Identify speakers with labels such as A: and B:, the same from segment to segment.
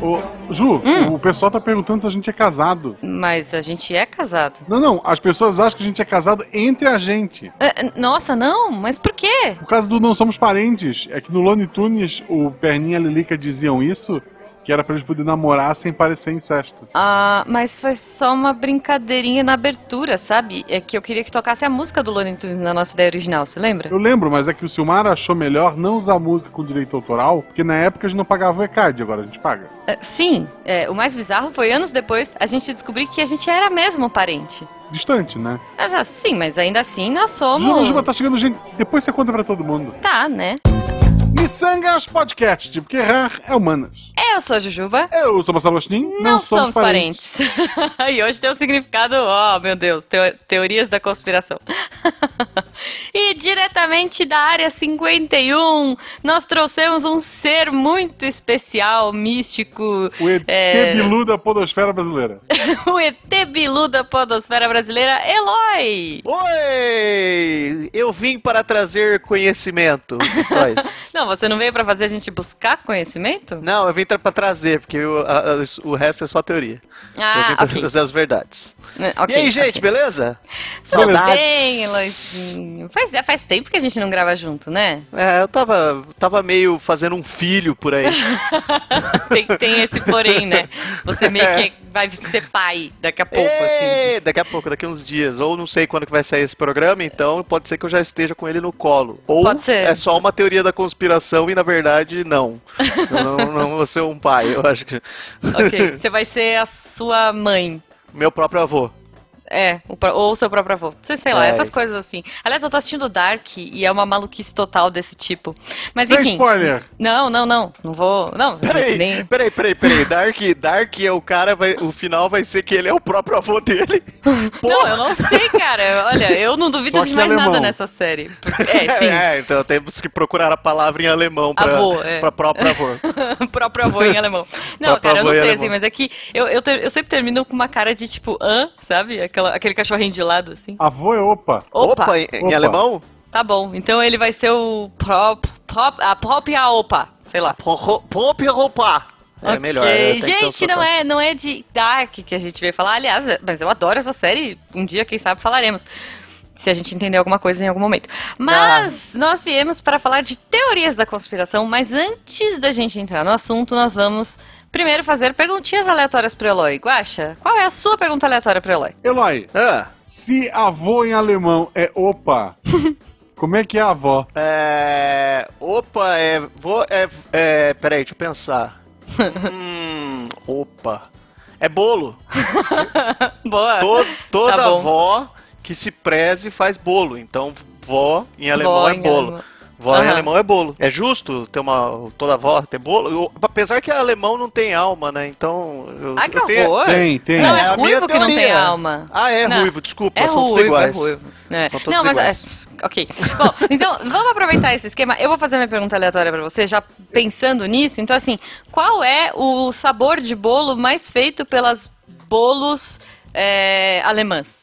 A: Ô, Ju,
B: Hum.
A: o pessoal tá perguntando se a gente é casado.
B: Mas a gente é casado.
A: Não, não, as pessoas acham que a gente é casado entre a gente.
B: É, é, Nossa, não? Mas por quê?
A: O caso do Não Somos Parentes é que no Lone Tunes o Perninha e a Lilica diziam isso, que era pra eles poderem namorar sem parecer incesto.
B: Ah, mas foi só uma brincadeirinha na abertura, sabe? É que eu queria que tocasse a música do Looney Tunes na nossa ideia original, você lembra?
A: Eu lembro, mas é que o Silmar achou melhor não usar música com direito autoral, porque na época a gente não pagava o ECAD, agora a gente paga.
B: É, sim, é, o mais bizarro foi anos depois a gente descobrir que a gente era mesmo parente.
A: Distante, né?
B: Mas, ah, sim, mas ainda assim nós somos.
A: Juba, Juba, tá chegando gente. Depois você conta pra todo mundo.
B: Tá, né?
A: Missangas Podcast, porque errar é humanas.
B: Eu sou a Jujuba.
A: Eu sou Marcelo Agostinho, não,
B: Não, somos, parentes. e hoje tem um significado, ó, meu Deus, teo- teorias da conspiração. e diretamente da área 51, nós trouxemos um ser muito especial, místico,
A: O ET
B: É.
A: Bilu da podosfera brasileira.
B: o ET Bilu da podosfera brasileira, Eloy.
C: Oi! Eu vim para trazer conhecimento. Só isso.
B: Não, você não veio pra fazer a gente buscar conhecimento?
C: Não, eu vim tra- pra trazer, porque eu- a- a- o resto é só teoria. eu vim
B: Ah,
C: pra
B: ok.
C: trazer as verdades.
B: Né, Ok,
C: e aí, gente,
B: ok.
C: beleza?
B: Tudo
A: Saudades.
B: bem, Eloyzinho. Pois é, faz tempo que a gente não grava junto, né?
C: É, eu tava, tava meio fazendo um filho por aí.
B: tem, tem esse porém, né? Você meio
A: É.
B: que vai ser pai daqui a pouco, assim.
C: Ê, Daqui a pouco, daqui a uns dias. Ou não sei quando que vai sair esse programa, então pode ser que eu já esteja com ele no colo. Ou
B: Pode ser.
C: é só uma teoria da conspiração e, na verdade, não. Eu não, não vou ser um pai, eu acho que...
B: Ok, você vai ser a sua mãe.
C: Meu próprio avô.
B: É, o pró- ou o seu próprio avô. Você sei lá,
C: É.
B: essas coisas assim. Aliás, eu tô assistindo Dark e é uma maluquice total desse tipo. Mas
A: Sem
B: enfim.
A: spoiler.
B: Não, não, não. Não vou. Não,
C: Peraí,
B: nem.
C: peraí, peraí, peraí. Dark, Dark é o cara, vai, o final vai ser que ele é o próprio avô dele.
B: Não, eu não sei, cara. Olha, eu não duvido
A: Só
B: de
A: que
B: mais nada
A: alemão.
B: nessa série. Porque- É, sim.
C: É, então temos que procurar a palavra em alemão pra,
B: Avô, é.
C: pra próprio avô.
B: próprio avô em alemão. Não,
C: Próprio
B: cara, eu não
C: avô em
B: sei,
C: alemão.
B: assim, mas é que eu, eu, ter- eu sempre termino com uma cara de tipo, hã? Sabe? Aquela, aquele cachorrinho de lado, assim.
A: Avô é opa.
B: Opa,
C: em, em
A: Opa.
C: alemão?
B: tá bom. Então ele vai ser o prop, prop, a própria opa, sei lá.
C: Porro- Próprio opa. É
B: Ok.
C: melhor. né? Tem que ter um
B: Gente, não
C: sotaque.
B: é, não é de Dark que a gente veio falar. Aliás, é- mas eu adoro essa série. Um dia, quem sabe, falaremos. Se a gente entender alguma coisa em algum momento.
C: Ah.
B: Mas nós viemos para falar de teorias da conspiração. Mas antes da gente entrar no assunto, nós vamos primeiro fazer perguntinhas aleatórias para Eloy. Guaxa, qual é a sua pergunta aleatória para Eloy?
A: Eloy,
B: é.
C: Ah,
A: se avô em alemão é opa, como é que é a avó?
C: é. Opa, é. Vou, é, é peraí, deixa eu pensar. hum, opa. É bolo.
B: Boa.
C: To- toda
B: Tá bom.
C: vó que se preze faz bolo. Então, vó em alemão
B: Vó
C: é
B: em
C: bolo.
B: alemão.
C: Vó em
B: Aham.
C: alemão é bolo. É justo ter uma. toda vó ter bolo? Eu- apesar que alemão não tem alma, né? Então. Eu,
B: Ai, Ah, que
C: eu tenho-
B: horror.
A: Tem, tem.
B: Não,
C: É
B: é
C: a minha
B: ruivo que não tem
C: teoria.
B: alma.
C: Ah, é
B: Não.
C: ruivo, desculpa,
B: É
C: são
B: ruivo,
C: tudo iguais.
B: É ruivo. É.
C: São todos
B: Não, mas.
C: iguais.
B: é, ok. Bom, então vamos aproveitar esse esquema. Eu vou fazer minha pergunta aleatória pra você, já pensando nisso. Então, assim, qual é o sabor de bolo mais feito pelas bolos é, alemãs?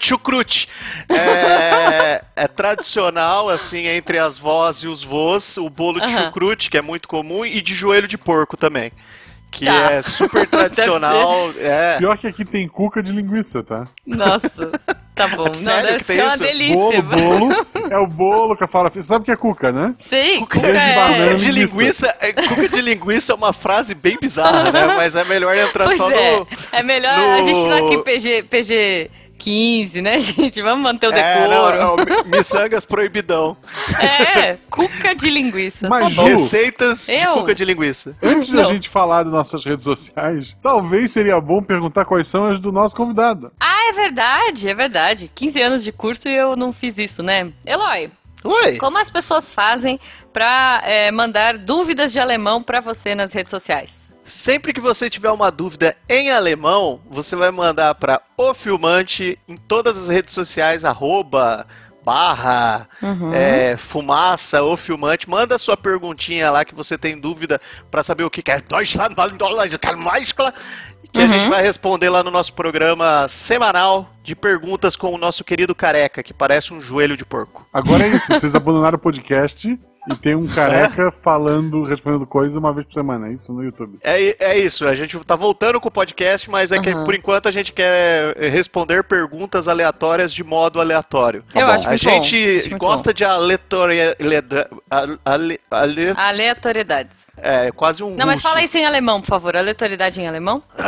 C: Chucrute. É, é tradicional, assim, entre as vós e os vós, o bolo de
B: Aham.
C: chucrute, que é muito comum, e de joelho de porco também. Que
B: Tá.
C: é super tradicional. é.
A: Pior que aqui tem cuca de linguiça, tá?
B: Nossa, tá bom.
C: Sério
B: não, deve
C: que
B: ser
C: tem
B: uma
C: isso?
B: delícia.
A: Bolo, bolo. É o bolo que a fala. Sabe o que é cuca, né?
B: Sim,
A: Cuca
B: cuca
A: de
B: é-
A: banana.
C: de
A: linguiça.
C: linguiça, é, cuca de linguiça é uma frase bem bizarra, né? Mas é melhor entrar
B: Pois
C: só
B: é.
C: no.
B: É melhor a
C: no-
B: gente tá aqui PG, PG 15, né, gente? Vamos manter o
C: É, não,
B: decoro.
C: é o mi- miçangas proibidão.
B: É, cuca de linguiça.
A: Mas,
B: tá bom.
A: Ju,
C: Receitas de
B: Eu?
C: cuca de linguiça.
A: Antes da
B: Não.
A: gente falar das nossas redes sociais, talvez seria bom perguntar quais são as do nosso convidado.
B: Ah, é verdade, é verdade. 15 anos de curso e eu não fiz isso, né? Eloy,
C: Oi.
B: como as pessoas fazem pra é, mandar dúvidas de alemão pra você nas redes sociais?
C: Sempre que você tiver uma dúvida em alemão, você vai mandar para o filmante em todas as redes sociais, arroba, barra, é, fumaça, o filmante. Manda sua perguntinha lá que você tem dúvida para saber o que que é Deutschland, Deutschland, Kalmaiskla, é que a gente vai responder lá no nosso programa semanal de perguntas com o nosso querido careca, que parece um joelho de porco.
A: Agora é isso, vocês abandonaram o podcast E tem um careca falando, respondendo coisas uma vez por semana. É isso no YouTube.
C: É, é isso, a gente tá voltando com o podcast, mas é que
B: Aham.
C: por enquanto a gente quer responder perguntas aleatórias de modo aleatório.
B: Eu acho muito Tá
C: a
B: bom, acho
C: gente
B: muito
C: gosta de aleatoriedade. Ale, ale-
B: Aleatoriedades.
C: é quase um.
B: Não, mas
C: russo.
B: fala isso em alemão, por favor. Aleatoriedade em alemão?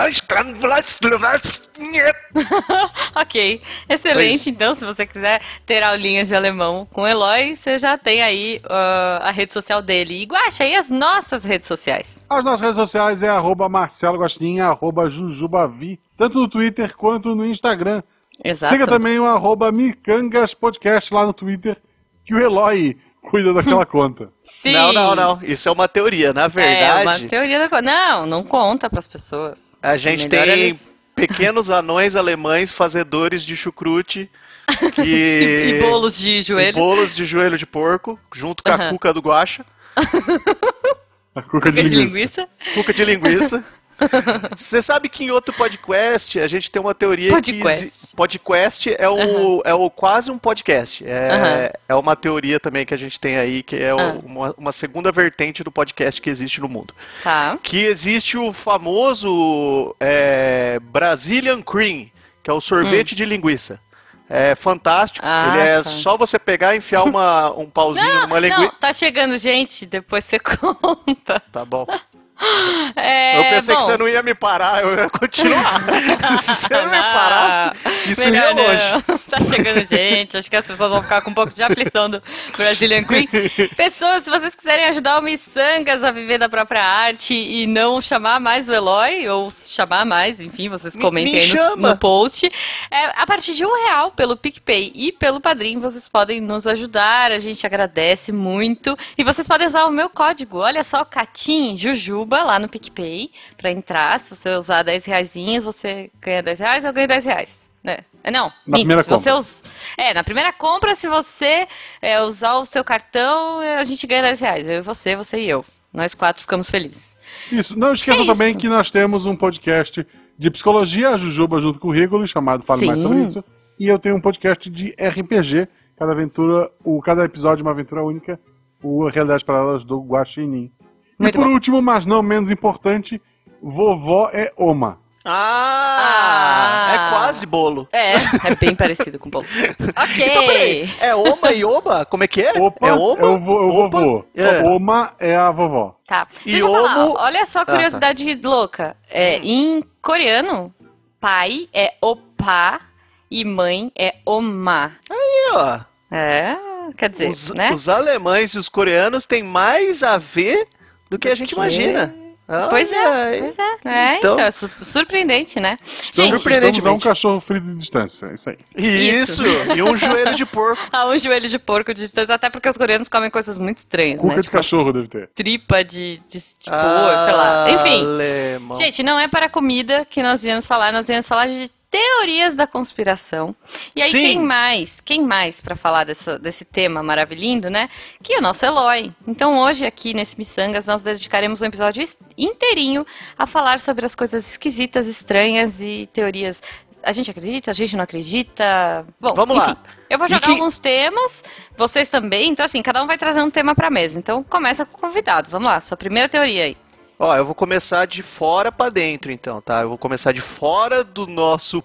B: ok. Excelente.
C: Pois.
B: Então, se você quiser ter aulinhas de alemão com o Eloy, você já tem aí ah, a rede social dele. E guacha aí as nossas redes sociais.
A: As nossas redes sociais é arroba Marcelo Gostinha, arroba Jujubavi, tanto no Twitter quanto no Instagram.
B: Exato.
A: Siga também o arroba Micangas Podcast lá no Twitter, que o Eloy cuida daquela conta.
B: Sim.
C: Não, não, não. Isso é uma teoria. Na
B: É uma
C: verdade,
B: teoria da coisa. Não, não conta pras pessoas.
C: a gente
B: Melhor
C: tem
B: eles-
C: pequenos anões alemães fazedores de chucrute
B: E,
C: que...
B: e bolos de
C: e
B: joelho.
C: bolos de joelho de porco, junto com a
B: Aham.
C: cuca do guacha,
A: A cuca de
B: de
A: linguiça.
B: linguiça.
C: cuca de linguiça. Você sabe que em outro podcast a gente tem uma teoria
B: Podcast.
C: que exi- podcast é o é o quase um podcast. É,
B: Aham.
C: é uma teoria também que a gente tem aí que é o-
B: Ah.
C: uma, uma segunda vertente do podcast que existe no mundo.
B: Tá.
C: que existe o famoso é, Brazilian Cream, que é o sorvete de linguiça. É fantástico.
B: Hum. Ah,
C: Ele é
B: tá.
C: só você pegar e enfiar uma, um pauzinho numa linguiça.
B: Não, tá chegando gente, depois você conta.
C: Tá bom.
B: É,
C: eu pensei
B: bom,
C: que você não ia me parar, eu ia continuar. Se você não me
B: não,
C: parasse, isso ia
B: melhor não.
C: longe.
B: Tá chegando gente, acho que as pessoas vão ficar com um pouco de aflição do Brazilian Queen. Pessoas, se vocês quiserem ajudar o Missangas a viver da própria arte e não chamar mais o Eloy, ou chamar mais, enfim, vocês
C: Me-
B: comentem
C: me
B: aí no-
C: chama.
B: no, post. É, a partir de um real pelo PicPay e pelo Padrim, vocês podem nos ajudar, a gente agradece muito. E vocês podem usar o meu código, olha só, Catim Jujuba, lá no PicPay, pra entrar. Se você usar 10 reais, você ganha 10 reais, eu ganho 10 reais. Né? Não,
A: Na
B: minto,
A: primeira
B: se você
A: compra.
B: us- É, na primeira compra, se você é, usar o seu cartão, é, a gente ganha 10 reais. Eu e você, você e eu. Nós quatro ficamos felizes.
A: Isso. Não esqueçam
B: É
A: também
B: isso.
A: que nós temos um podcast de psicologia, a Jujuba junto com o Rigolo, chamado Fale Mais
B: Sim.
A: Sobre Isso. E eu tenho um podcast de RPG, cada aventura, o, cada episódio é uma aventura única, o Realidades Paralelas do Guaxinim.
B: Muito
A: e por
B: bom.
A: último, mas não menos importante, Vovó é Oma.
C: Ah,
B: Ah.
C: É quase bolo.
B: É, é bem parecido com o bolo. Ok.
C: Então, peraí, é Oma e Oba? Como é que é?
A: Opa,
C: é
A: é
C: Oma?
A: o, vo, é o
C: Opa?
A: vovô.
C: É.
A: Oma é a vovó.
B: Tá.
C: E
B: Deixa eu falar,
C: homo-
B: olha só a
C: tá. Hum.
B: curiosidade louca. É, em coreano, pai é opa e mãe é oma.
C: Aí, ó.
B: É, quer dizer,
C: os,
B: né?
C: os alemães e os coreanos têm mais a ver do que a gente
B: que-
C: imagina.
B: Pois
C: Olha,
B: é, pois é. É,
C: Então-
B: então, é su- surpreendente, né?
C: Estamos-
B: Gente,
C: Surpreendentemente.
A: Estamos a um cachorro frito de distância, é isso aí.
C: Isso,
B: Isso.
C: e um joelho de porco.
B: há um joelho de porco de distância, até porque os coreanos comem coisas muito estranhas,
A: Cuca
B: né?
A: de
B: Tipo,
A: cachorro deve ter.
B: tripa de, de, de porco, sei
C: Ah,
B: lá. Enfim.
C: Alemão.
B: Gente, não é para comida que nós viemos falar, nós viemos falar de teorias da conspiração. E aí,
C: Sim.
B: quem mais? Quem mais para falar dessa- desse tema maravilhindo, né? Que é o nosso Eloy. Então, hoje, aqui nesse Missangas, nós dedicaremos um episódio es- inteirinho a falar sobre as coisas esquisitas, estranhas e teorias. A gente acredita, a gente não acredita. Bom,
C: Vamos
B: enfim,
C: lá.
B: eu vou
C: E
B: jogar
C: quem-
B: alguns temas, vocês também. Então, assim, cada um vai trazer um tema para mesa. Então, começa com o convidado. Vamos lá, sua primeira teoria aí.
C: Ó, eu vou começar de fora pra dentro, então, tá? Eu vou começar de fora do nosso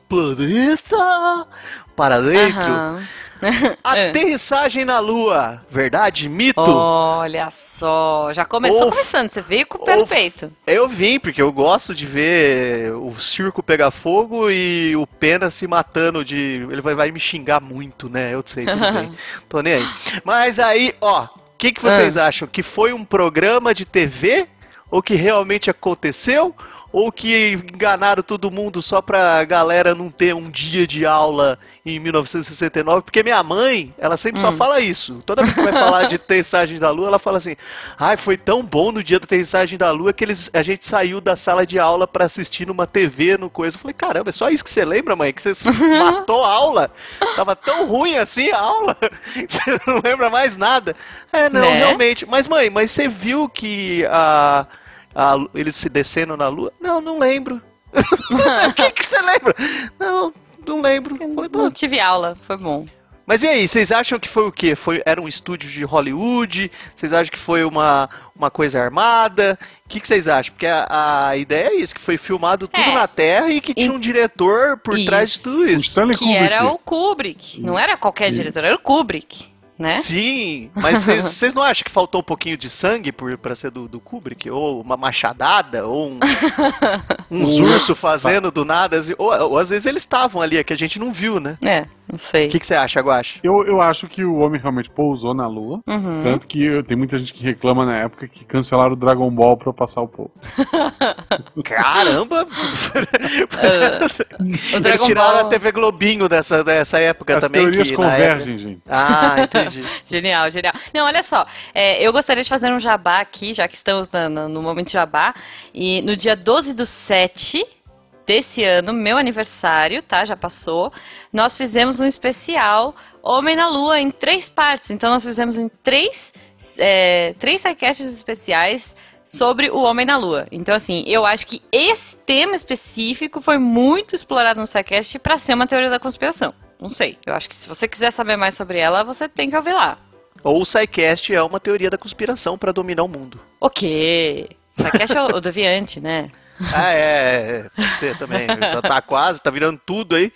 C: planeta para dentro.
B: Aham. É.
C: Aterrissagem na Lua. Verdade? Mito?
B: Olha só, já começou
C: Of-
B: começando, você veio com o pé no
C: of-
B: peito.
C: Eu vim, porque eu gosto de ver o circo pegar fogo e o Pena se matando de. Ele vai, vai me xingar muito, né? Eu sei, tudo bem. Tô nem aí. Mas aí, ó, o que, que vocês
B: Ah.
C: acham? Que foi um programa de TV? Ou que realmente aconteceu? Ou que enganaram todo mundo só pra galera não ter um dia de aula em 1969? Porque minha mãe, ela sempre só fala isso. Toda vez que vai falar de tensagem da lua, ela fala assim: Ai, foi tão bom no dia da tensagem da lua que eles, a gente saiu da sala de aula pra assistir numa TV, no coisa. Eu falei: Caramba, é só isso que você lembra, mãe? Que você se matou a aula? Tava tão ruim assim a aula? Você não lembra mais nada? É, não,
B: Né?
C: realmente. Mas, mãe, mas você viu que a, a lu- eles se descendo na lua? Não, não lembro. O que, que você lembra? Não, não lembro. Eu falei, "Pô,
B: Não tive aula, foi bom.
C: Mas e aí, vocês acham que foi o quê? Foi, era um estúdio de Hollywood? Vocês acham que foi uma, uma coisa armada? O que, que vocês acham? Porque a, a ideia é isso, que foi filmado tudo
B: É.
C: na Terra e que tinha um diretor por
B: Isso.
C: trás de tudo
A: O
C: isso.
A: Stanley
B: Que
A: Kubrick.
B: era o Kubrick. Não era qualquer
A: Isso.
B: diretor, era o Kubrick, né?
C: Sim, mas vocês- vocês não acham que faltou um pouquinho de sangue por, pra ser do, do Kubrick? Ou uma machadada? Ou um, uns
A: Um-
C: urso fazendo do nada? assim, Ou, ou às vezes eles estavam ali, é que a gente não viu, né?
B: É, não sei.
C: O que, que você acha, Guache?
A: Eu, eu acho que o homem realmente pousou na lua.
B: Uhum.
A: Tanto que eu- tem muita gente que reclama na época que cancelaram o Dragon Ball pra passar o povo.
C: Caramba!
B: Uh, O
C: Eles
B: Dragon
C: tiraram
B: Ball-
C: a TV Globinho dessa, dessa época
A: As
C: também.
A: teorias
C: que, na
A: convergem, gente.
C: época- Ah, entendi.
B: Genial, genial. Não, olha só, é, eu gostaria de fazer um jabá aqui, já que estamos na- na- no momento jabá. E no dia 12 do 7 desse ano, meu aniversário, tá? Já passou. Nós fizemos um especial Homem na Lua em três partes. Então nós fizemos em três, é, três sidecasts especiais sobre o Homem na Lua. Então, assim, eu acho que esse tema específico foi muito explorado no sidecast para ser uma teoria da conspiração. Não sei. Eu acho que se você quiser saber mais sobre ela, você tem que ouvir lá.
C: Ou o SciCast é uma teoria da conspiração pra dominar o mundo.
B: O quê? Sidecast é o, o deviante, né?
C: Ah, é, é, pode ser também. Tá, tá quase, tá virando tudo aí.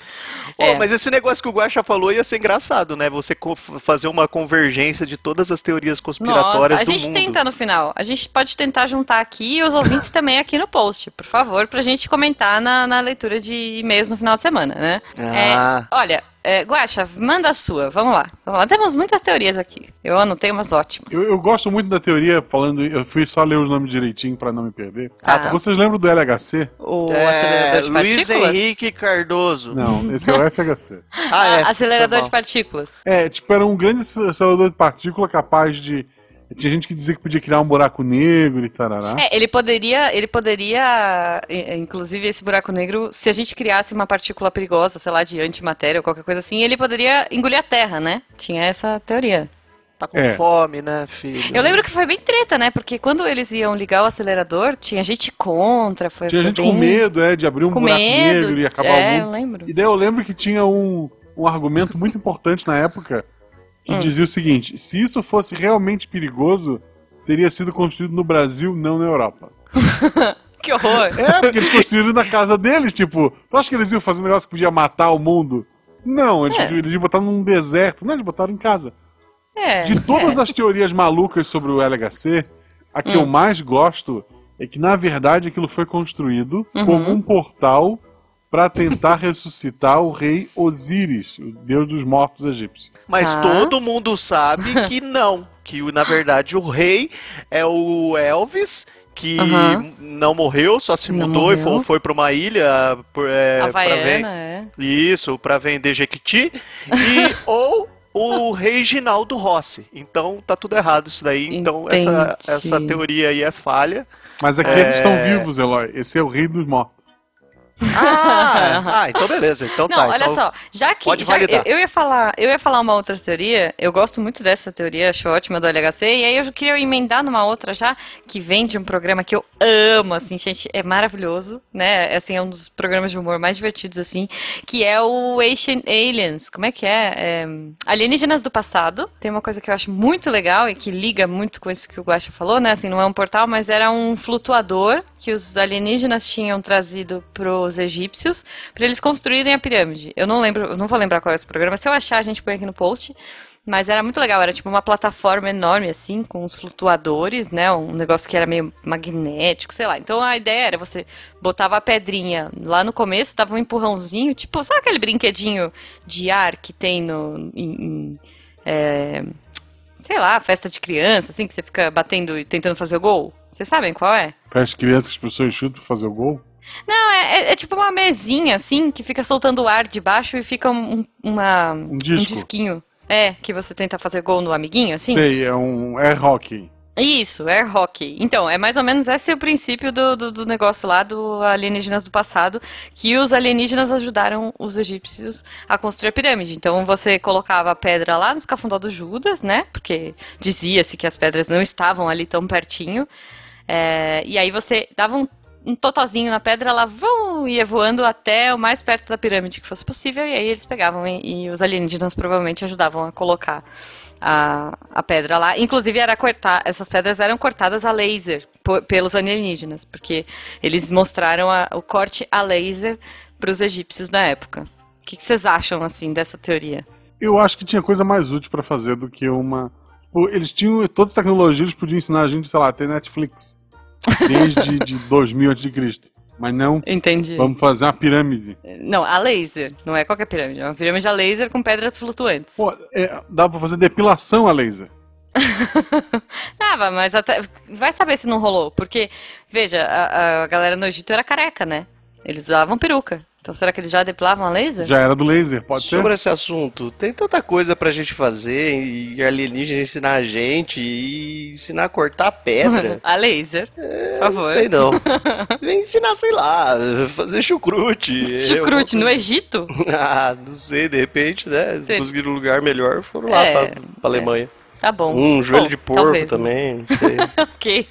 C: Ô,
B: É.
C: Mas esse negócio que o Guaxa falou ia ser engraçado, né? Você co- fazer uma convergência de todas as teorias conspiratórias
B: Nossa, a
C: do
B: gente
C: mundo.
B: tenta no final. A gente pode tentar juntar aqui e os ouvintes também aqui no post, por favor, pra gente comentar na, na leitura de e-mails no final de semana, né?
C: Ah.
B: É, olha, é, Guaxa, manda a sua, vamos lá. Vamos lá. Temos muitas teorias aqui. Eu anotei umas ótimas.
A: Eu, eu gosto muito da teoria, falando. Eu fui só ler os nomes direitinho pra não me perder.
B: Ah, tá.
A: Vocês lembram do LHC?
B: O
C: É,
B: acelerador de
C: Luiz
B: partículas.
C: Henrique Cardoso.
A: Não, esse é o FHC.
C: Ah, é,
B: Ah, acelerador
C: foi
B: de partículas.
A: É, tipo, era um grande acelerador de partícula capaz de. Tinha gente que dizia que podia criar um buraco negro e tarará.
B: É, ele poderia, ele poderia, eh, inclusive esse buraco negro, se a gente criasse uma partícula perigosa, sei lá, de antimatéria ou qualquer coisa assim, ele poderia engolir a Terra, né? Tinha essa teoria.
C: mal. Tá com
A: É.
C: fome, né, filho?
B: Eu lembro que foi bem treta, né? Porque quando eles iam ligar o acelerador, tinha gente contra, foi
A: Tinha
B: foi
A: gente
B: bem-
A: com medo, é, de abrir um
B: com
A: buraco
B: medo,
A: negro e acabar
B: é,
A: o mundo.
B: eu lembro.
A: E daí eu lembro que tinha um, um argumento muito importante na época que dizia o seguinte: se isso fosse realmente perigoso, teria sido construído no Brasil, não na Europa.
B: Que horror!
A: É, porque eles construíram na casa deles, tipo, tu acha que eles iam fazer um negócio que podia matar o mundo? Não, eles,
B: É.
A: eles iam botar num deserto. Não, eles botaram em casa.
B: É,
A: De todas
B: é.
A: as teorias malucas sobre o LHC, a que eu mais gosto é que, na verdade, aquilo foi construído como um portal para tentar ressuscitar o rei Osíris, o deus dos mortos egípcios.
C: Mas
B: Tá.
C: todo mundo sabe que não. Que, na verdade, o rei é o Elvis, que
B: Aham.
C: não morreu, só se
B: Não
C: mudou e
B: morreu.
C: foi, foi pra uma ilha por- é, pra ver.
B: Havaiana, é.
C: Isso, pra vender Jequiti. E, ou o Reginaldo Rossi. Então tá tudo errado isso daí. Então essa,
B: Entendi.
C: essa teoria aí é falha.
A: Mas aqui
C: É.
A: esses estão vivos, Eloy. Esse é o rei dos mortos.
C: Ah, ah, então beleza. Então
B: Não,
C: tá.
B: olha
C: então-
B: só, já que
C: pode
B: já- eu,
C: validar.
B: eu ia falar, eu ia falar uma outra teoria, eu gosto muito dessa teoria, acho ótima do LHC, e aí eu queria emendar numa outra já, que vem de um programa que eu amo, assim, gente, é maravilhoso, né? É, Assim, é um dos programas de humor mais divertidos, assim, que é o Ancient Aliens, como é que é? É, Alienígenas do Passado, tem uma coisa que eu acho muito legal e que liga muito com isso que o Guaxa falou, né? Assim, não é um portal, mas era um flutuador que os alienígenas tinham trazido pros egípcios para eles construírem a pirâmide. Eu não lembro, eu não vou lembrar qual é esse programa. Se eu achar, a gente põe aqui no post. Mas era muito legal, era tipo uma plataforma enorme, assim, com os flutuadores, né? Um negócio que era meio magnético, sei lá. Então a ideia era você botava a pedrinha lá no começo, dava um empurrãozinho, tipo, sabe aquele brinquedinho de ar que tem no. em- em, é, sei lá, festa de criança, assim, que você fica batendo e tentando fazer o gol? Vocês sabem qual é?
A: Para as crianças, as pessoas chutam para fazer o gol.
B: Não, é, é- é tipo uma mesinha, assim, que fica soltando o ar de baixo e fica um, um- uma-
A: Um disco.
B: disquinho. É, que você tenta fazer gol no amiguinho, assim.
A: Sei, é um air hockey.
B: Isso, air hockey. Então, é mais ou menos esse o princípio do, do, do negócio lá do alienígenas do passado, que os alienígenas ajudaram os egípcios a construir a pirâmide. Então, você colocava a pedra lá nos cafundó do Judas, né? Porque dizia-se que as pedras não estavam ali tão pertinho. É, e aí você dava um, um totozinho na pedra, ela vum, ia voando até o mais perto da pirâmide que fosse possível, e aí eles pegavam e, e os alienígenas provavelmente ajudavam a colocar a, a pedra lá. Inclusive, era cortar, essas pedras eram cortadas a laser po- pelos alienígenas, porque eles mostraram a- o corte a laser para os egípcios na época. O que que vocês acham, assim, dessa teoria?
A: Eu acho que tinha coisa mais útil pra fazer do que uma. Tipo, eles tinham. Todas as tecnologias eles podiam ensinar a gente, sei lá, até Netflix. Desde de 2000 a.C. Mas não,
B: Entendi.
A: vamos fazer uma pirâmide.
B: Não, a laser. Não é qualquer pirâmide. É uma pirâmide a laser com pedras flutuantes.
A: Pô, é, dá pra fazer depilação a laser.
B: ah, mas até- vai saber se não rolou. Porque, veja, a, a galera no Egito era careca, né? Eles usavam peruca. Então será que eles já depilavam a laser?
A: Já era do laser, pode ser?
C: Sobre esse assunto, tem tanta coisa pra gente fazer e alienígena ensinar a gente e ensinar a cortar pedra.
B: a laser.
C: É,
B: Por favor.
C: Não sei não. Vem ensinar, sei lá, fazer chucrute.
B: Chucrute é? no Egito?
C: Ah, não sei, de repente, né?
B: Sei.
C: Conseguiram um lugar melhor, foram lá
B: É,
C: pra, pra Alemanha.
B: Tá bom.
C: Um joelho
B: Bom,
C: de porco
B: talvez, né?
C: também, não sei.
B: ok.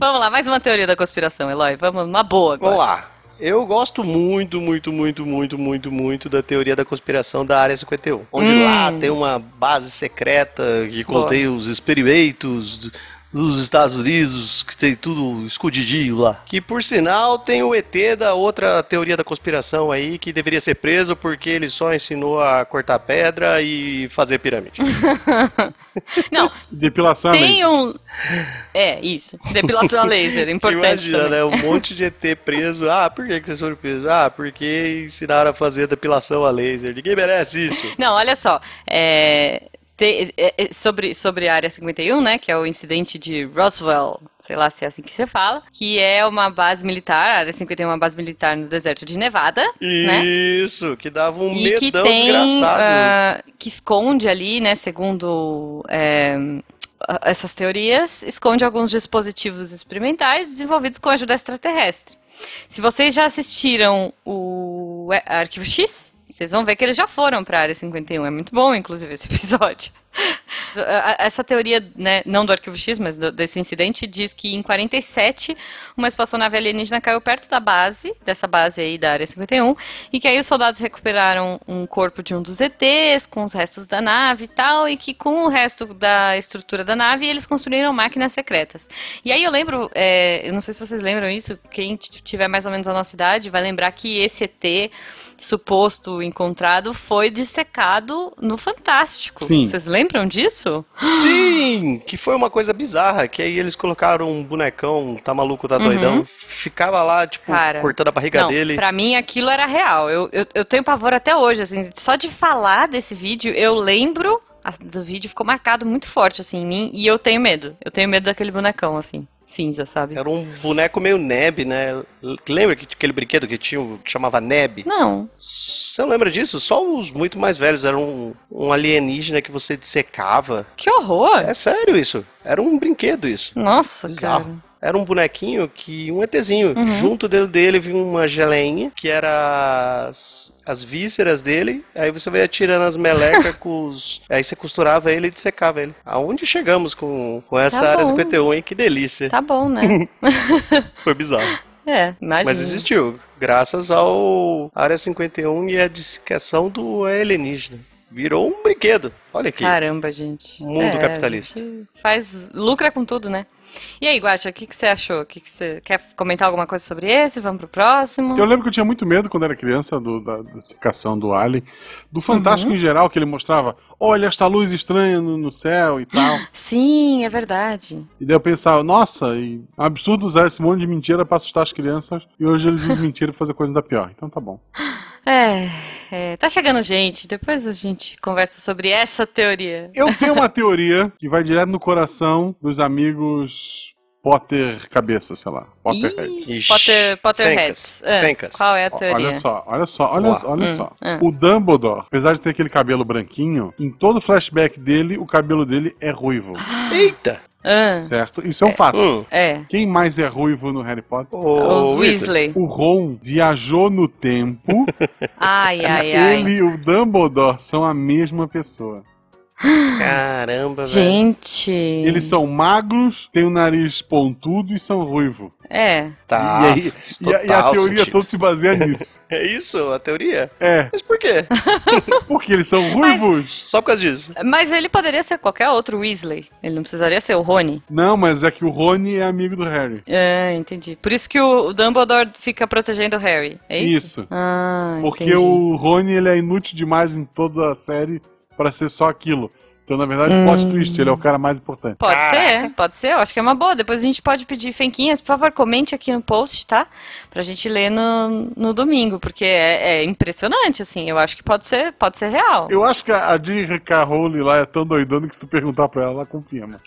B: Vamos lá, mais uma teoria da conspiração, Eloy. Vamos, uma boa agora.
C: Vamos lá. Eu gosto muito, muito, muito, muito, muito, muito da teoria da conspiração da Área 51. Onde
B: Hum.
C: lá tem uma base secreta que
B: Boa.
C: contém os experimentos do- dos Estados Unidos, que tem tudo escondidinho lá. Que por sinal tem o ET da outra teoria da conspiração aí, que deveria ser preso porque ele só ensinou a cortar pedra e fazer pirâmide.
B: Não,
A: Depilação a laser.
B: tem um... É, isso. Depilação a laser, importante
C: Imagina,
B: também.
C: né? Um monte de ET preso. Ah, por que que vocês foram presos? Ah, porque ensinaram a fazer depilação a laser. Ninguém merece isso.
B: Não, olha só. é, te- é, é, sobre, sobre a Área 51, né? Que é o incidente de Roswell, sei lá se é assim que você fala, que é uma base militar, a Área 51 é uma base militar no deserto de Nevada, né?
C: Isso, que dava um
B: E que
C: medão
B: tem.
C: desgraçado.
B: ah, que esconde ali, né, segundo. é, a- essas teorias esconde alguns dispositivos experimentais desenvolvidos com ajuda extraterrestre. Se vocês já assistiram o é, Arquivo X, vocês vão ver que eles já foram para a Área 51. É muito bom, inclusive, esse episódio. A- a- Essa teoria, né, não do Arquivo X, mas do- desse incidente, diz que em 47 uma espaçonave alienígena caiu perto da base, dessa base aí da Área 51, e um, que aí os soldados recuperaram um corpo de um dos ETs com os restos da nave e tal, e que com o resto da estrutura da nave eles construíram máquinas secretas. E aí eu lembro, é, eu não sei se vocês lembram isso, quem t- tiver mais ou menos a nossa idade vai lembrar que esse ET suposto encontrado foi dissecado no Fantástico.
A: Sim.
B: Vocês lembram disso?
C: Sim, que foi uma coisa bizarra, que aí eles colocaram um bonecão, tá maluco, tá doidão, ficava lá, tipo,
B: Uhum. Cara,
C: cortando a barriga
B: não,
C: dele.
B: pra mim aquilo era real. Eu, eu, eu tenho pavor até hoje, assim, só de falar desse vídeo, eu lembro assim, do vídeo, ficou marcado muito forte, assim, em mim, e eu tenho medo. Eu tenho medo daquele bonecão, assim, cinza, sabe?
C: Era um boneco meio neb, né? Lembra que aquele brinquedo que tinha, que chamava neb?
B: Não.
C: Você não lembra disso? Só os muito mais velhos. Era um, um alienígena que você dissecava.
B: Que horror!
C: É sério isso. Era um brinquedo isso.
B: Nossa,
C: Bizarro.
B: cara.
C: Era um bonequinho que. um ETzinho.
B: Uhum.
C: Junto dele, dele vinha uma geleinha, que era as, as vísceras dele. Aí você vai atirando as melecas com os. Aí você costurava ele e dissecava ele. Aonde chegamos com, com essa
B: Tá
C: área
B: bom.
C: 51, hein? Que delícia.
B: Tá bom, né?
C: Foi bizarro.
B: é, imagina.
C: Mas existiu, graças ao Área 51 e a dissecação do alienígena. Virou um brinquedo. Olha aqui.
B: Caramba, gente.
C: Mundo
B: É,
C: capitalista.
B: a gente faz, lucra com tudo, né? E aí, Guaxa, o que, que você achou? O que, que você quer comentar alguma coisa sobre esse? Vamos pro próximo?
A: Eu lembro que eu tinha muito medo quando era criança do- da, da secação do Alien. Do Fantástico
B: Uhum.
A: em geral, que ele mostrava, olha esta luz estranha no, no céu e tal.
B: Sim, é verdade.
A: E daí eu pensava, nossa, e é um absurdo usar esse monte de mentira pra assustar as crianças. E hoje eles usam mentira pra fazer coisa ainda pior. Então tá bom.
B: É, é, tá chegando gente. Depois a gente conversa sobre essa teoria.
A: Eu tenho uma teoria que vai direto no coração dos amigos Potter Cabeça, sei lá. Potterhead.
B: Ih,
C: Ixi,
B: Potter,
C: pencas,
B: Potterheads. Ah,
C: pencas.
B: qual é a
A: Ó,
B: teoria?
A: Olha só, olha só, olha,
C: Ó.
A: só, olha só.
B: hum.
A: O Dumbledore, apesar de ter aquele cabelo branquinho, em todo flashback dele, o cabelo dele é ruivo,
C: Eita!
B: Ah,
A: certo? Isso é um fato.
C: Hum.
B: é.
A: Quem mais é ruivo no Harry Potter?
B: Os
C: Ô, Weasley.
B: Weasley.
A: O Ron viajou no tempo.
B: Ai, ai, ai.
A: é Ele e o Dumbledore são a mesma pessoa.
C: Caramba,
A: né?
C: velho.
B: Gente.
A: Eles são magros, têm o nariz pontudo e são ruivo.
B: É.
C: Tá.
A: e, aí-
C: faz
A: e a- e a
C: total
A: teoria
C: sentido.
A: toda se baseia nisso.
C: É isso a teoria?
A: É,
C: Mas por quê?
A: porque eles são
B: Mas-
A: ruivos.
C: Só por causa disso.
B: Mas ele poderia ser qualquer outro Weasley. Ele não precisaria ser o Rony.
A: Não, mas é que o Rony é amigo do Harry.
B: É, entendi. Por isso que o o Dumbledore fica protegendo o Harry. É isso?
A: Isso.
B: Ah,
A: Porque
B: entendi.
A: o Rony ele é inútil demais em toda a série pra ser só aquilo. Então, na
B: Hum.
A: verdade, o plot twist, ele é o cara mais importante.
B: Pode
C: Caraca.
B: ser, pode ser. Eu acho que é uma boa. Depois a gente pode pedir fenquinhas. Por favor, comente aqui no post, tá? Pra gente ler no, no domingo, porque é, é impressionante, assim. Eu acho que pode ser, pode ser real.
A: Eu acho que a a J.K. Rowling lá é tão doidona que se tu perguntar pra ela, ela confirma.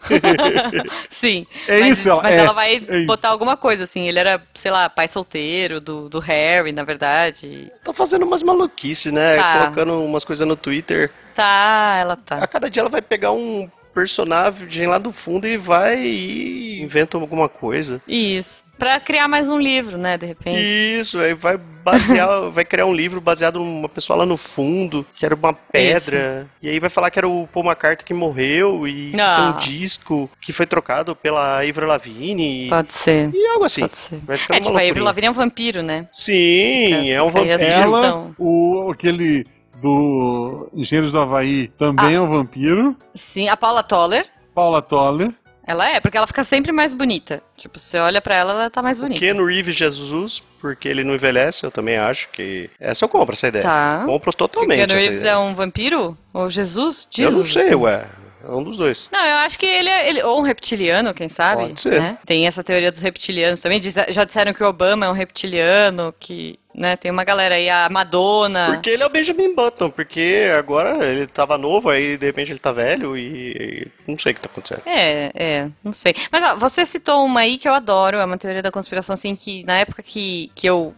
B: Sim.
A: É
B: mas,
A: isso, ela-
B: mas
A: é,
B: ela vai
A: é isso.
B: botar alguma coisa, assim. Ele era, sei lá, pai solteiro do, do Harry, na verdade.
C: Tá fazendo umas maluquices, né?
B: Tá.
C: Colocando umas coisas no Twitter.
B: Tá, ela tá.
C: A cada dia ela vai pegar um personagem lá do fundo e vai e inventa alguma coisa.
B: Isso. Pra criar mais um livro, né, de repente.
C: Isso, aí vai basear, vai criar um livro baseado numa pessoa lá no fundo, que era uma pedra. E aí vai falar que era o Paul McCartney que morreu e
B: Ah.
C: tem um disco que foi trocado pela Ivra Lavigne e-
B: Pode ser.
C: e algo assim.
B: Pode ser.
C: Vai ficar
B: É
C: uma
B: tipo, a Avril
C: loucurinha.
B: Lavigne é um vampiro, né?
C: Sim,
B: Fica- assim,
C: é um
B: fica aí
C: vampiro.
B: essa
A: Ela,
B: sugestão.
A: o, aquele do Engenheiros do Havaí também
B: Ah.
A: é um vampiro.
B: Sim, a Paula Toller.
A: Paula Toller.
B: Ela é, porque ela fica sempre mais bonita. Tipo, você olha pra ela, ela tá mais bonita.
C: Keanu Reeves Jesus, porque ele não envelhece, eu também acho que. Essa eu compro essa ideia.
B: Tá.
C: Compro
B: Porque
C: é, totalmente.
B: Keanu
C: essa
B: Reeves
C: ideia.
B: é um vampiro? Ou Jesus?
C: Eu
B: Jesus,
C: não sei,
B: assim.
C: ué. É um dos dois.
B: Não, eu acho que ele é. ele- ou um reptiliano, quem sabe?
C: Pode ser.
B: né? Tem essa teoria dos reptilianos também. Diz- já disseram que o Obama é um reptiliano, que. Né, tem uma galera aí, a Madonna.
C: Porque ele é o Benjamin Button, porque agora ele tava novo, aí de repente ele tá velho e. e Não sei o que tá acontecendo.
B: É, é, não sei. Mas ó, você citou uma aí que eu adoro, é uma teoria da conspiração, assim, que na época que, que eu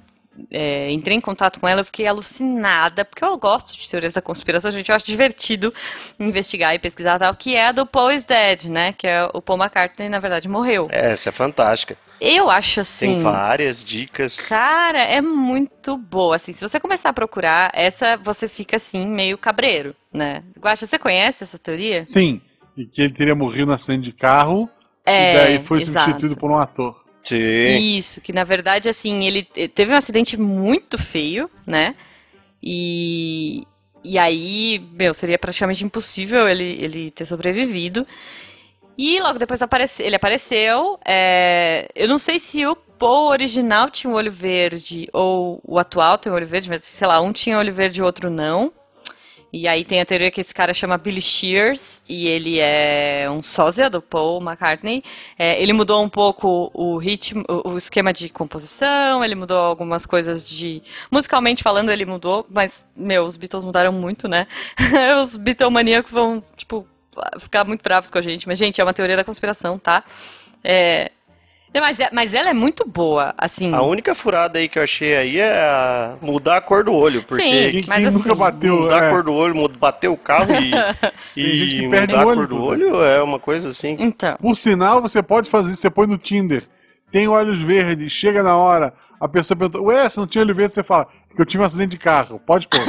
B: é, entrei em contato com ela, eu fiquei alucinada, porque eu gosto de teorias da conspiração, gente, eu acho divertido investigar e pesquisar e tal, que é a do Paul is Dead, né? Que é o Paul McCartney, na verdade, morreu.
C: Essa é fantástica.
B: Eu acho
C: Tem
B: assim.
C: várias dicas.
B: Cara, é muito boa, assim. Se você começar a procurar, essa você fica assim, meio cabreiro, né? Guaxa, você conhece essa teoria?
A: Sim. E que ele teria morrido no acidente de carro.
B: É,
A: e daí foi
B: exato.
A: substituído por um ator.
C: Sim.
B: Isso, que na verdade, assim, ele te- teve um acidente muito feio, né? E, e aí, meu, seria praticamente impossível ele, ele ter sobrevivido. E logo depois aparece, ele apareceu. é, eu não sei se o Paul original tinha um olho verde ou o atual tem um olho verde, mas sei lá, um tinha olho verde e o outro não. E aí tem a teoria que esse cara chama Billy Shears e ele é um sósia do Paul McCartney. É, ele mudou um pouco o ritmo, o, o esquema de composição, ele mudou algumas coisas de. Musicalmente falando, ele mudou, mas, meu, os Beatles mudaram muito, né? os Beatlemaníacos vão, tipo, ficar muito bravos com a gente. Mas, gente, é uma teoria da conspiração, tá? É. é, Mas, é- mas ela é muito boa, assim.
C: A única furada aí que eu achei aí é a mudar a cor do olho, porque
B: Sim.
A: E
B: Mas
A: quem
B: assim,
A: nunca bateu.
C: mudar
A: é,
C: a cor do olho, mud- bater o carro e,
A: Tem
C: e
A: gente que perde
C: mudar
A: o
C: a
A: olho,
C: cor do
A: inclusive.
C: olho é uma coisa assim. que-
B: Então.
A: Por sinal, você pode fazer isso. Você põe no Tinder. Tem olhos verdes, chega na hora. A pessoa pergunta: Ué, você não tinha olho verde? Você fala: Que eu tive um acidente de carro. Pode pôr.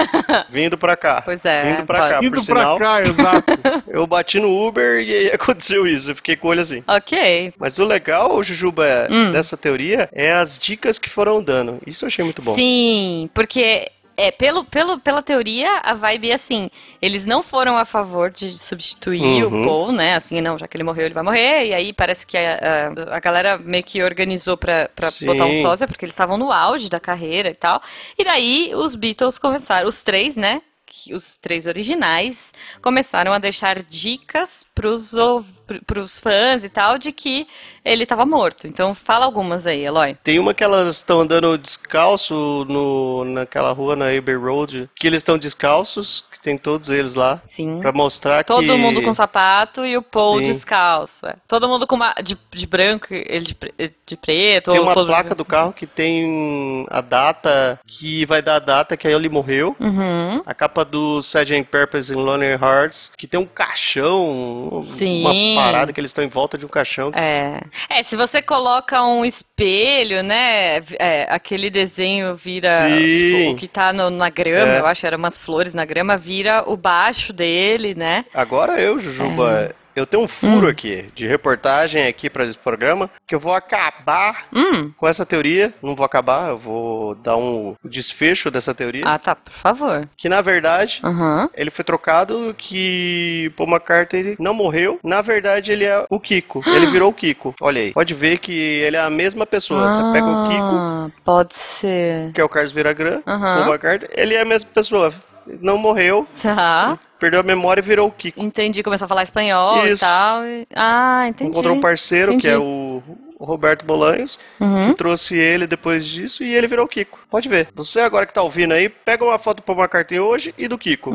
C: Vindo pra cá.
B: Pois é,
C: Vindo pra
B: pode.
C: cá, Tá, por
A: Indo pra
C: sinal.
A: cá, exato.
C: Eu bati no Uber e aí aconteceu isso. Eu fiquei com o olho assim.
B: Ok.
C: Mas o legal, Jujuba,
B: Hum.
C: dessa teoria é as dicas que foram dando. Isso eu achei muito bom.
B: Sim, porque é pelo, pelo, pela teoria, a vibe é assim. Eles não foram a favor de substituir
C: Uhum.
B: o Paul, né? Assim, não, já que ele morreu, ele vai morrer. E aí parece que a, a, a galera meio que organizou pra, pra
C: Sim.
B: botar um sósia, porque eles estavam no auge da carreira e tal. E daí os Beatles começaram, os três, né? que- Os três originais começaram a deixar dicas pros, ouv- pros fãs e tal de que ele tava morto. Então fala algumas aí, Eloy.
C: Tem uma que elas estão andando descalço no, naquela rua na Abbey Road, que eles estão descalços, que tem todos eles lá,
B: Sim.
C: Pra mostrar que...
B: Todo mundo com sapato e o Paul
C: Sim.
B: descalço. é. Todo mundo com uma, de, de branco, ele de, pre- de preto.
C: Tem
B: ou
C: uma
B: todo
C: placa do carro que tem a data, que vai dar a data que aí ele morreu.
B: Uhum.
C: A capa do Sgt. Purpose in Lonely Hearts, que tem um caixão,
B: Sim,
C: uma parada que eles estão em volta de um caixão.
B: É. É, se você coloca um espelho, né? é, aquele desenho vira
C: Sim.
B: tipo, o que tá no- na grama,
C: É.
B: eu acho, era umas flores na grama, vira o baixo dele, né?
C: Agora eu,
B: É.
C: Jujuba, eu tenho um
B: Hum.
C: furo aqui de reportagem aqui para esse programa que eu vou acabar
B: Hum.
C: com essa teoria. Não vou acabar, eu vou dar um desfecho dessa teoria.
B: Ah, tá, por favor.
C: Que na verdade
B: Aham.
C: Ele foi trocado que Paul McCartney não morreu. Na verdade, ele é o Kiko. Ele virou o Kiko. Olha aí. Pode ver que ele é a mesma pessoa. Você pega
B: Ah.
C: o Kiko,
B: Kiko. Pode ser.
C: que é o Carlos Viragrã,
B: Aham.
C: Paul McCartney, ele é a mesma pessoa. Não morreu,
B: Tá.
C: perdeu a memória e virou o Kiko.
B: Entendi, começou a falar espanhol
C: Isso.
B: e tal. e- Ah, entendi.
C: Encontrou um parceiro, que
B: Entendi. Hum?
C: é o Roberto Bolanhos,
B: Uhum.
C: que trouxe ele depois disso e ele virou o Kiko. Pode ver. Você agora que tá ouvindo aí, pega uma foto do Paul McCartney hoje e do Kiko.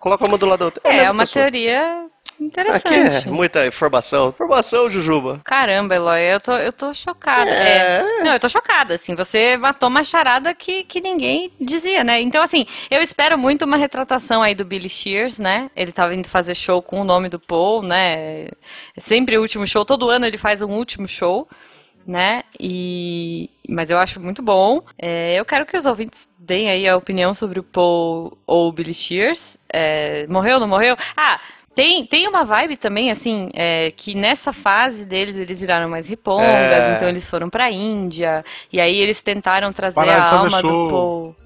C: Coloca uma do lado da outra. a
B: Uhum. É,
C: mesma
B: uma
C: pessoa.
B: teoria
C: Aqui
B: interessante.
C: é muita informação. Informação, Jujuba.
B: Caramba, Eloy, eu tô, eu tô chocada.
C: É.
B: É. Não, eu tô chocada, assim, você matou uma charada que, que ninguém dizia, né? Então, assim, eu espero muito uma retratação aí do Billy Shears, né? Ele tava indo fazer show com o nome do Paul, né? É Sempre o último show, todo ano ele faz um último show, né? E... Mas eu acho muito bom. É, eu quero que os ouvintes deem aí a opinião sobre o Paul ou o Billy Shears. É, morreu, não morreu? Ah, tem, tem uma vibe também, assim, é, que nessa fase deles eles viraram mais ripongas,
C: É.
B: então eles foram pra Índia, e aí eles tentaram trazer
A: Pararam de
B: a
A: fazer
B: alma
A: show.
B: do Paul.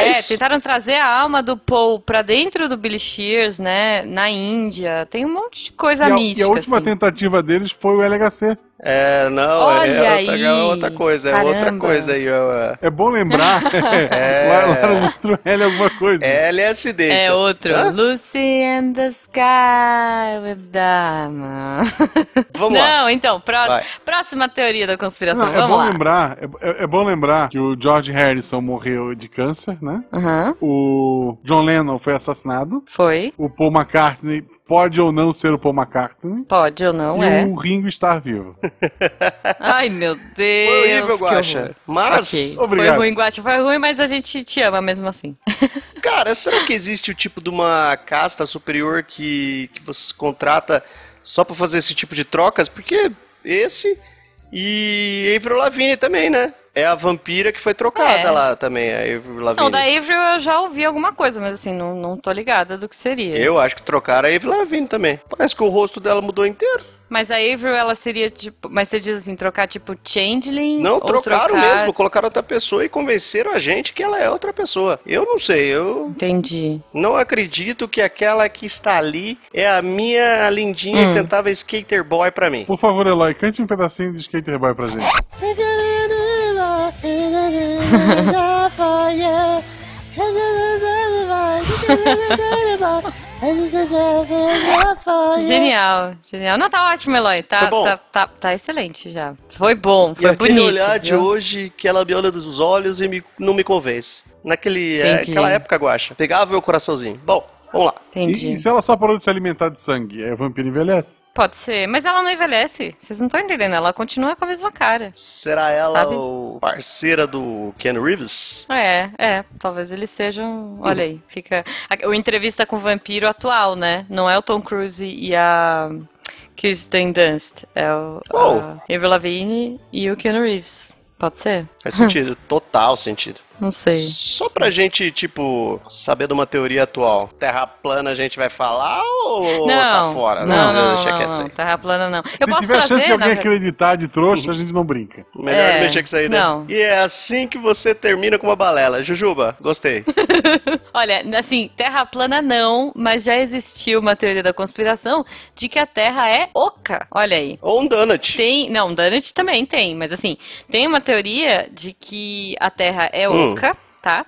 B: É,
C: isso.
B: tentaram trazer a alma do Paul pra dentro do Billy Shears, né, na Índia. Tem um monte de coisa
A: E a,
B: mística,
A: e a última
B: assim.
A: tentativa deles foi o LHC.
C: É, não,
B: Olha
C: é, outra,
B: aí.
C: é outra coisa, é outra
B: Caramba.
C: coisa aí. ó.
A: É bom lembrar.
C: É.
A: Lá, lá era um outro L alguma coisa.
C: É LSD.
B: É
C: isso.
B: outro.
C: Hã?
B: Lucy in the Sky with Diamonds.
C: Vamos lá.
B: Não, então, pró-
C: Vai.
B: próxima teoria da conspiração.
A: Não, é
B: Vamos
A: bom
B: lá.
A: lembrar. É, é- é bom lembrar que o George Harrison morreu de câncer, né?
B: Aham,
A: O John Lennon foi assassinado.
B: Foi.
A: O Paul McCartney pode ou não ser o Paul McCartney.
B: Pode ou não,
A: e
B: é.
A: o Ringo estar vivo.
B: Ai, meu Deus.
C: Foi horrível,
B: que horror.
C: Guaxa. Mas,
B: Ok.
A: Obrigado.
B: Foi ruim, Guacha, foi ruim, mas a gente te ama mesmo assim.
C: cara, será que existe o tipo de uma casta superior que, que você contrata só pra fazer esse tipo de trocas? Porque esse e Avril Lavigne também, né? É a vampira que foi trocada
B: É.
C: lá também, a Avril Lavigne.
B: Não, da Avril eu já ouvi alguma coisa, mas assim, não, não tô ligada do que seria.
C: Eu acho que trocaram a Avril Lavigne também. Parece que o rosto dela mudou inteiro.
B: Mas a Avril, ela seria tipo. Mas você diz assim, trocar tipo Changeling?
C: Não,
B: ou
C: trocaram
B: trocar-
C: mesmo, colocaram outra pessoa e convenceram a gente que ela é outra pessoa. Eu não sei, eu
B: Entendi.
C: não acredito que aquela que está ali é a minha
B: Hum.
C: lindinha que cantava Skater Boy pra mim.
A: Por favor, Eloy, cante um pedacinho de Skater Boy pra gente.
B: Genial, genial. Não, tá ótimo, Eloy. Tá,
C: Foi bom?
B: tá, tá, tá excelente já. Foi bom,
C: E
B: foi
C: aquele
B: é bonito.
C: olhar de
B: viu?
C: hoje que ela me olha dos olhos e me- não me convence. Naquele, é,
B: Entendi.
C: aquela época, Guaxa. Pegava meu coraçãozinho. Bom, vamos lá.
B: Entendi.
A: E, e se ela só parou de se alimentar de sangue, é vampiro envelhece?
B: Pode ser, mas ela não envelhece. Vocês não estão entendendo, ela continua com a mesma cara.
C: Será ela
B: Sabe?
C: o parceira do Ken Reeves?
B: É, é, talvez eles sejam. Olha aí, fica. a- O entrevista com o vampiro atual, né? Não é o Tom Cruise e a Kirsten Dunst. É o
C: Uou.
B: a Avril Lavigne e o Keanu Reeves. Pode ser?
C: Faz sentido, total sentido.
B: Não sei.
C: Só pra gente, tipo, saber de uma teoria atual. Terra plana a gente vai falar ou tá fora?
B: Não, não,
C: deixa
B: não,
C: quieto
B: não,
C: isso aí.
B: terra plana não. Eu
A: se
B: posso
A: tiver a
B: trazer,
A: chance de
B: na
A: alguém
B: verdade-
A: acreditar de trouxa, a gente não brinca.
C: Melhor
B: É,
C: não mexer com isso aí, né?
B: não.
C: E é assim que você termina com uma balela. Jujuba, gostei.
B: Olha, assim, terra plana não, mas já existiu uma teoria da conspiração de que a terra é oca. Olha aí.
C: ou um donut.
B: Tem, não, Donut também tem, mas assim, tem uma teoria de que a Terra é
C: Hum.
B: oca, tá?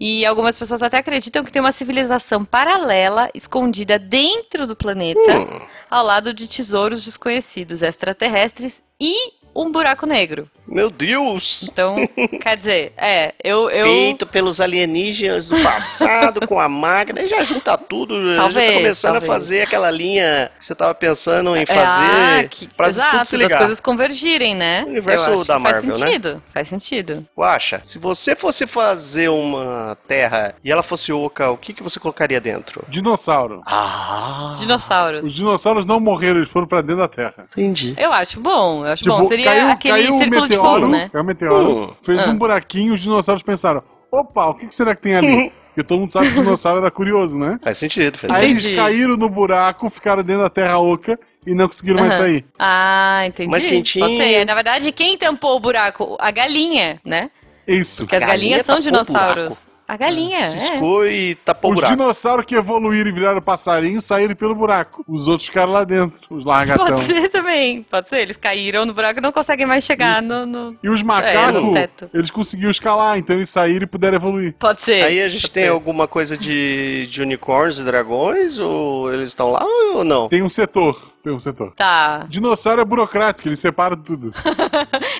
B: E algumas pessoas até acreditam que tem uma civilização paralela escondida
D: Hum.
B: dentro do planeta, ao lado de tesouros desconhecidos extraterrestres e um buraco negro.
C: Meu Deus!
B: Então, quer dizer, é, eu. eu
D: Feito pelos alienígenas do passado com a máquina, aí já junta tudo. já
B: Talvez,
D: tá começando
B: talvez.
D: a fazer aquela linha que você tava pensando em
B: é,
D: fazer.
B: ah, que,
D: pra tudo se
B: exato, das
D: ligar.
B: coisas convergirem, né?
D: Universo
B: eu acho
D: da
B: que
D: Marvel,
B: faz
D: né?
B: sentido, faz sentido.
D: Guaxa, se você fosse fazer uma terra e ela fosse oca, o que, que você colocaria dentro?
A: Dinossauro.
D: Ah!
B: Dinossauros.
A: Os dinossauros não morreram, eles foram pra dentro da Terra.
D: Entendi.
B: Eu acho bom, eu acho bom. Seria aquele
A: Tipo, caiu um
B: círculo
A: meteoro,
B: de fogo, né?
A: Caiu um meteoro,
D: Hum.
A: fez
B: Ah.
A: um buraquinho, os dinossauros pensaram, opa, o que, que será que tem ali? Porque todo mundo sabe que o dinossauro era curioso, né?
D: Faz sentido, faz
A: Aí
D: sentido.
A: eles
B: Entendi.
A: caíram no buraco, ficaram dentro da terra oca e não conseguiram mais
B: Aham.
A: sair.
B: Ah, entendi.
D: Mais quentinho.
B: Pode ser. Na verdade, quem tampou o buraco? A galinha, né?
A: É Isso.
B: Porque as
D: Galinha
B: galinhas são
D: tapou o
B: dinossauros. A galinha,
D: Se
B: é.
D: escou e tapou o
A: Os
D: buraco.
A: dinossauros que evoluíram e viraram passarinho saíram pelo buraco. Os outros ficaram lá dentro, os largatão.
B: Pode ser também, pode ser. Eles caíram no buraco e não conseguem mais chegar
A: Isso.
B: no, no-
A: E os
B: É, no
A: macacos,
B: teto.
A: eles conseguiram escalar, então eles saíram e puderam evoluir.
B: Pode ser.
D: Aí é- a gente
B: pode
D: tem
B: ser.
D: alguma coisa de, de unicórnios e dragões? Ou eles estão lá ou não?
A: Tem um setor, tem um setor.
B: Tá.
A: Dinossauro é burocrático, ele separa tudo.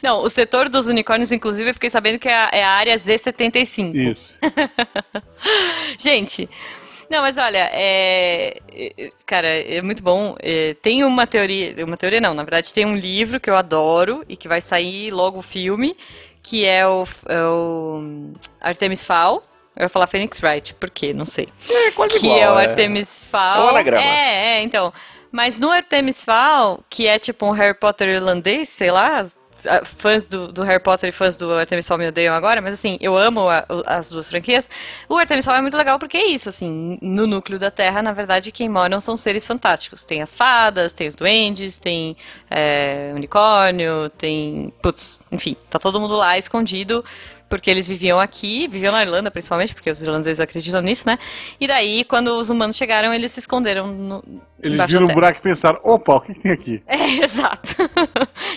B: Não, o setor dos unicórnios, inclusive, eu fiquei sabendo que é a, é a área Z75.
A: Isso.
B: Gente, não, mas olha, é, é, cara, é muito bom. É, tem uma teoria, uma teoria não, na verdade tem um livro que eu adoro e que vai sair logo o filme, que é o, é o Artemis Fowl. Eu ia falar Phoenix Wright, por quê? Não sei.
D: É quase
B: que
D: igual.
B: é o
D: é.
B: Artemis Fowl.
D: É um anagrama.
B: É, é, então. Mas no Artemis Fowl, que é tipo um Harry Potter irlandês, sei lá, s- ah, fãs do, do Harry Potter e fãs do Artemis Fowl me odeiam agora, mas assim, eu amo a- o- as duas franquias. O Artemis Fowl é muito legal porque é isso, assim, no núcleo da Terra, na verdade, quem moram são seres fantásticos. Tem as fadas, tem os duendes, tem é, unicórnio, tem... Putz, enfim, tá todo mundo lá escondido porque eles viviam aqui, viviam na Irlanda principalmente, porque os irlandeses acreditam nisso, né? E daí, quando os humanos chegaram, eles se esconderam no.
A: Eles
B: embaixo
A: viram
B: da
A: um
B: terra.
A: buraco e pensaram, opa, o que, que tem aqui?
B: É, exato.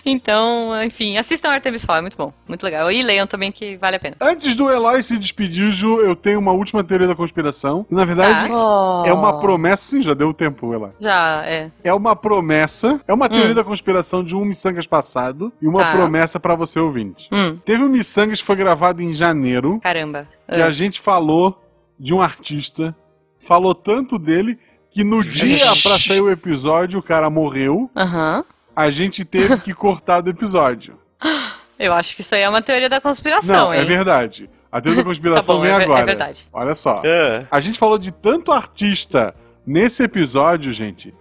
B: então, enfim, assistam Artemis Fowl, é muito bom, muito legal. E leiam também, que vale a pena.
A: Antes do Eloy se despedir, Ju, eu tenho uma última teoria da conspiração. Na verdade,
B: Tá.
A: é uma promessa. Sim, já deu tempo, Eloy.
B: Já, é.
A: É uma promessa. É uma teoria da conspiração de um Missangas passado e uma
B: Hum. Tá.
A: promessa pra você ouvinte.
B: Hum,
A: Teve um Missangas que foi gravado em janeiro.
B: caramba. Ah,
A: que a gente falou de um artista, falou tanto dele que no dia pra sair o episódio o cara morreu,
B: Aham.
A: a gente teve que cortar do episódio.
B: Eu acho que isso aí é uma teoria da conspiração,
A: Não,
B: hein?
A: é verdade. A teoria da
B: Tá
A: conspiração
B: bom,
A: vem
B: é, ver-
A: agora.
B: é verdade.
A: Olha só.
D: É.
A: A gente falou de tanto artista nesse episódio, gente,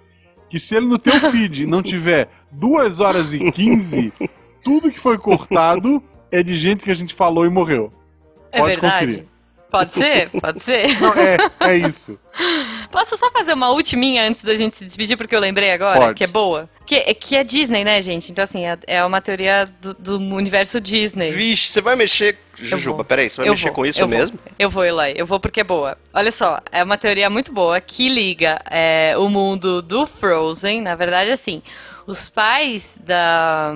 A: que se ele no teu feed não tiver 2 horas e 15, tudo que foi cortado é de gente que a gente falou e morreu.
B: É
A: Pode
B: verdade.
A: conferir.
B: Pode ser? Pode ser.
A: Não, é, é isso.
B: Posso só fazer uma ultiminha antes da gente se despedir, porque eu lembrei agora,
A: Pode.
B: que é boa? Que, é- que é Disney, né, gente? Então, assim, é, é uma teoria do, do universo Disney.
D: Vixe, você vai mexer. Jujuba,
B: vou.
D: peraí, você vai
B: Eu
D: mexer
B: vou,
D: com isso
B: eu vou.
D: mesmo?
B: Eu vou, Eloy, eu vou porque é boa. Olha só, é uma teoria muito boa que liga é, o mundo do Frozen, na verdade, assim, os pais da.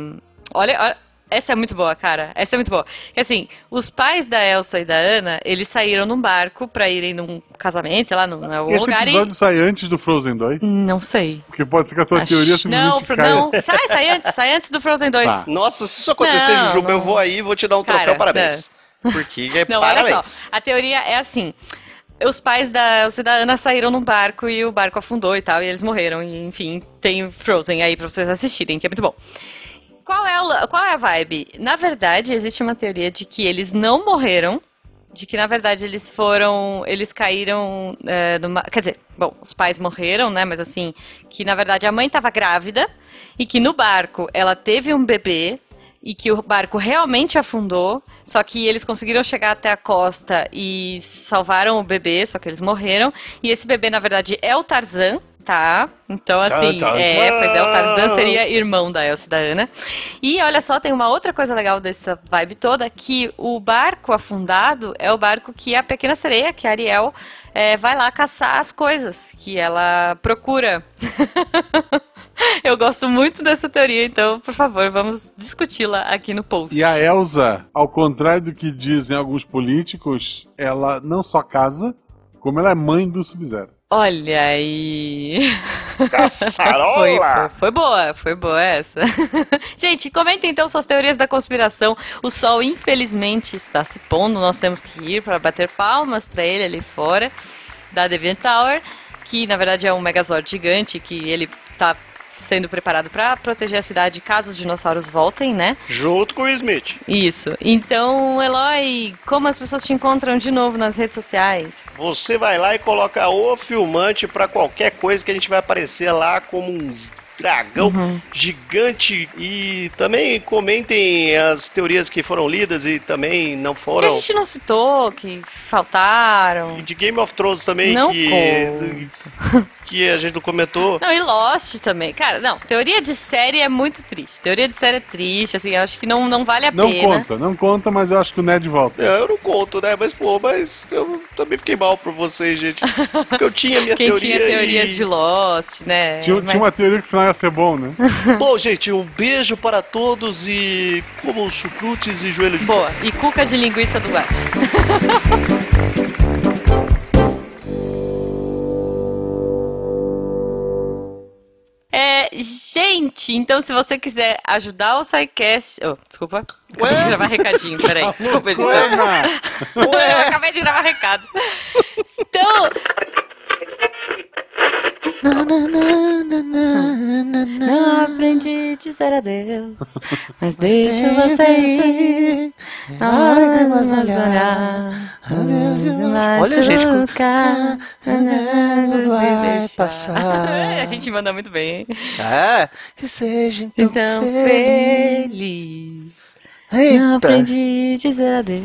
B: Olha, olha- essa é muito boa, cara. Essa é muito boa. Que, assim, os pais da Elsa e da Anna, eles saíram num barco pra irem num casamento, sei lá, num, em algum
A: Esse
B: lugar
A: episódio sai antes do Frozen 2.
B: e. Não sei.
A: Porque pode ser que a tua
B: Acho-
A: teoria
B: não,
A: simplesmente
B: Fro-
A: caia.
B: não, sai, sai antes, sai antes do Frozen 2.
A: Tá.
D: Nossa, se isso acontecer,
B: Não,
D: Jujuba,
B: não.
D: eu vou aí e vou te dar um
B: Cara,
D: troféu parabéns. Porque é
B: Não, olha
D: parabéns.
B: só. A teoria é assim. Os pais da Elsa e da Ana saíram num barco e o barco afundou e tal, e eles morreram. E, enfim, tem Frozen aí pra vocês assistirem, que é muito bom. Qual é, a, lo- qual é a vibe? Na verdade, existe uma teoria de que eles não morreram, de que na verdade eles foram. Eles caíram é, numa. Quer dizer, bom, os pais morreram, né? Mas assim, que na verdade a mãe estava grávida e que no barco ela teve um bebê e que o barco realmente afundou, só que eles conseguiram chegar até a costa e salvaram o bebê, só que eles morreram. E esse bebê, na verdade, é o Tarzan, tá? Então, assim,
D: tchan,
B: é,
D: tchan.
B: pois é, o Tarzan seria irmão da Elsa e da Ana. E olha só, tem uma outra coisa legal dessa vibe toda, que o barco afundado é o barco que a pequena sereia, que a Ariel, é, vai lá caçar as coisas que ela procura. Eu gosto muito dessa teoria, então, por favor, vamos discuti-la aqui no post.
A: E a Elsa, ao contrário do que dizem alguns políticos, ela não só casa, como ela é mãe do Sub-Zero.
B: Olha aí.
C: Caçarola!
B: Foi, foi, foi boa, foi boa essa. Gente, comentem então suas teorias da conspiração. O sol, infelizmente, está se pondo. Nós temos que ir para bater palmas para ele ali fora da Deviant Tower, que na verdade é um megazord gigante que ele tá sendo preparado para proteger a cidade caso os dinossauros voltem, né?
C: Junto com o Smith.
B: Isso. Então, Eloy, como as pessoas te encontram de novo nas redes sociais?
C: Você vai lá e coloca o filmante pra qualquer coisa que a gente vai aparecer lá como um dragão
B: Uhum.
C: gigante. E também comentem as teorias que foram lidas e também não
B: Que a
C: foram.
B: gente não citou, que
C: E
B: faltaram.
C: de Game of Thrones também,
B: Não
C: que, que a gente não comentou.
B: Não, e Lost também. Cara, não, teoria de série é muito triste. Teoria de série é triste, assim, eu acho que não, não vale a
A: Não
B: pena.
A: conta, não conta, mas eu acho que o Ned volta.
C: É, Eu não conto, né? Mas, pô, mas eu também fiquei mal por vocês, gente. Porque eu tinha minha
B: Quem
C: teoria.
B: tinha teorias
C: e...
B: de Lost, né?
A: tinha, um-
B: Mas-
A: tinha uma teoria que o final ia ser bom, né?
C: Bom, gente, um beijo para todos e como chucrutes e joelho de
B: Boa. E cuca de linguiça do Guache. É, gente, então se você quiser ajudar o SciCast... Oh, desculpa. Acabei
E: Ué?
B: de gravar recadinho, peraí.
A: Tá
B: Desculpa, editor.
A: Ana,
B: Eu acabei de gravar recado. Então... Não aprendi a dizer adeus, mas deixo você ir. Lágrimas nos olhar. Olha, gente, vai passar. A gente manda muito bem.
E: Ah, que seja então,
B: Então,
E: feliz.
B: feliz. Não
E: Eita.
B: aprendi a dizer adeus.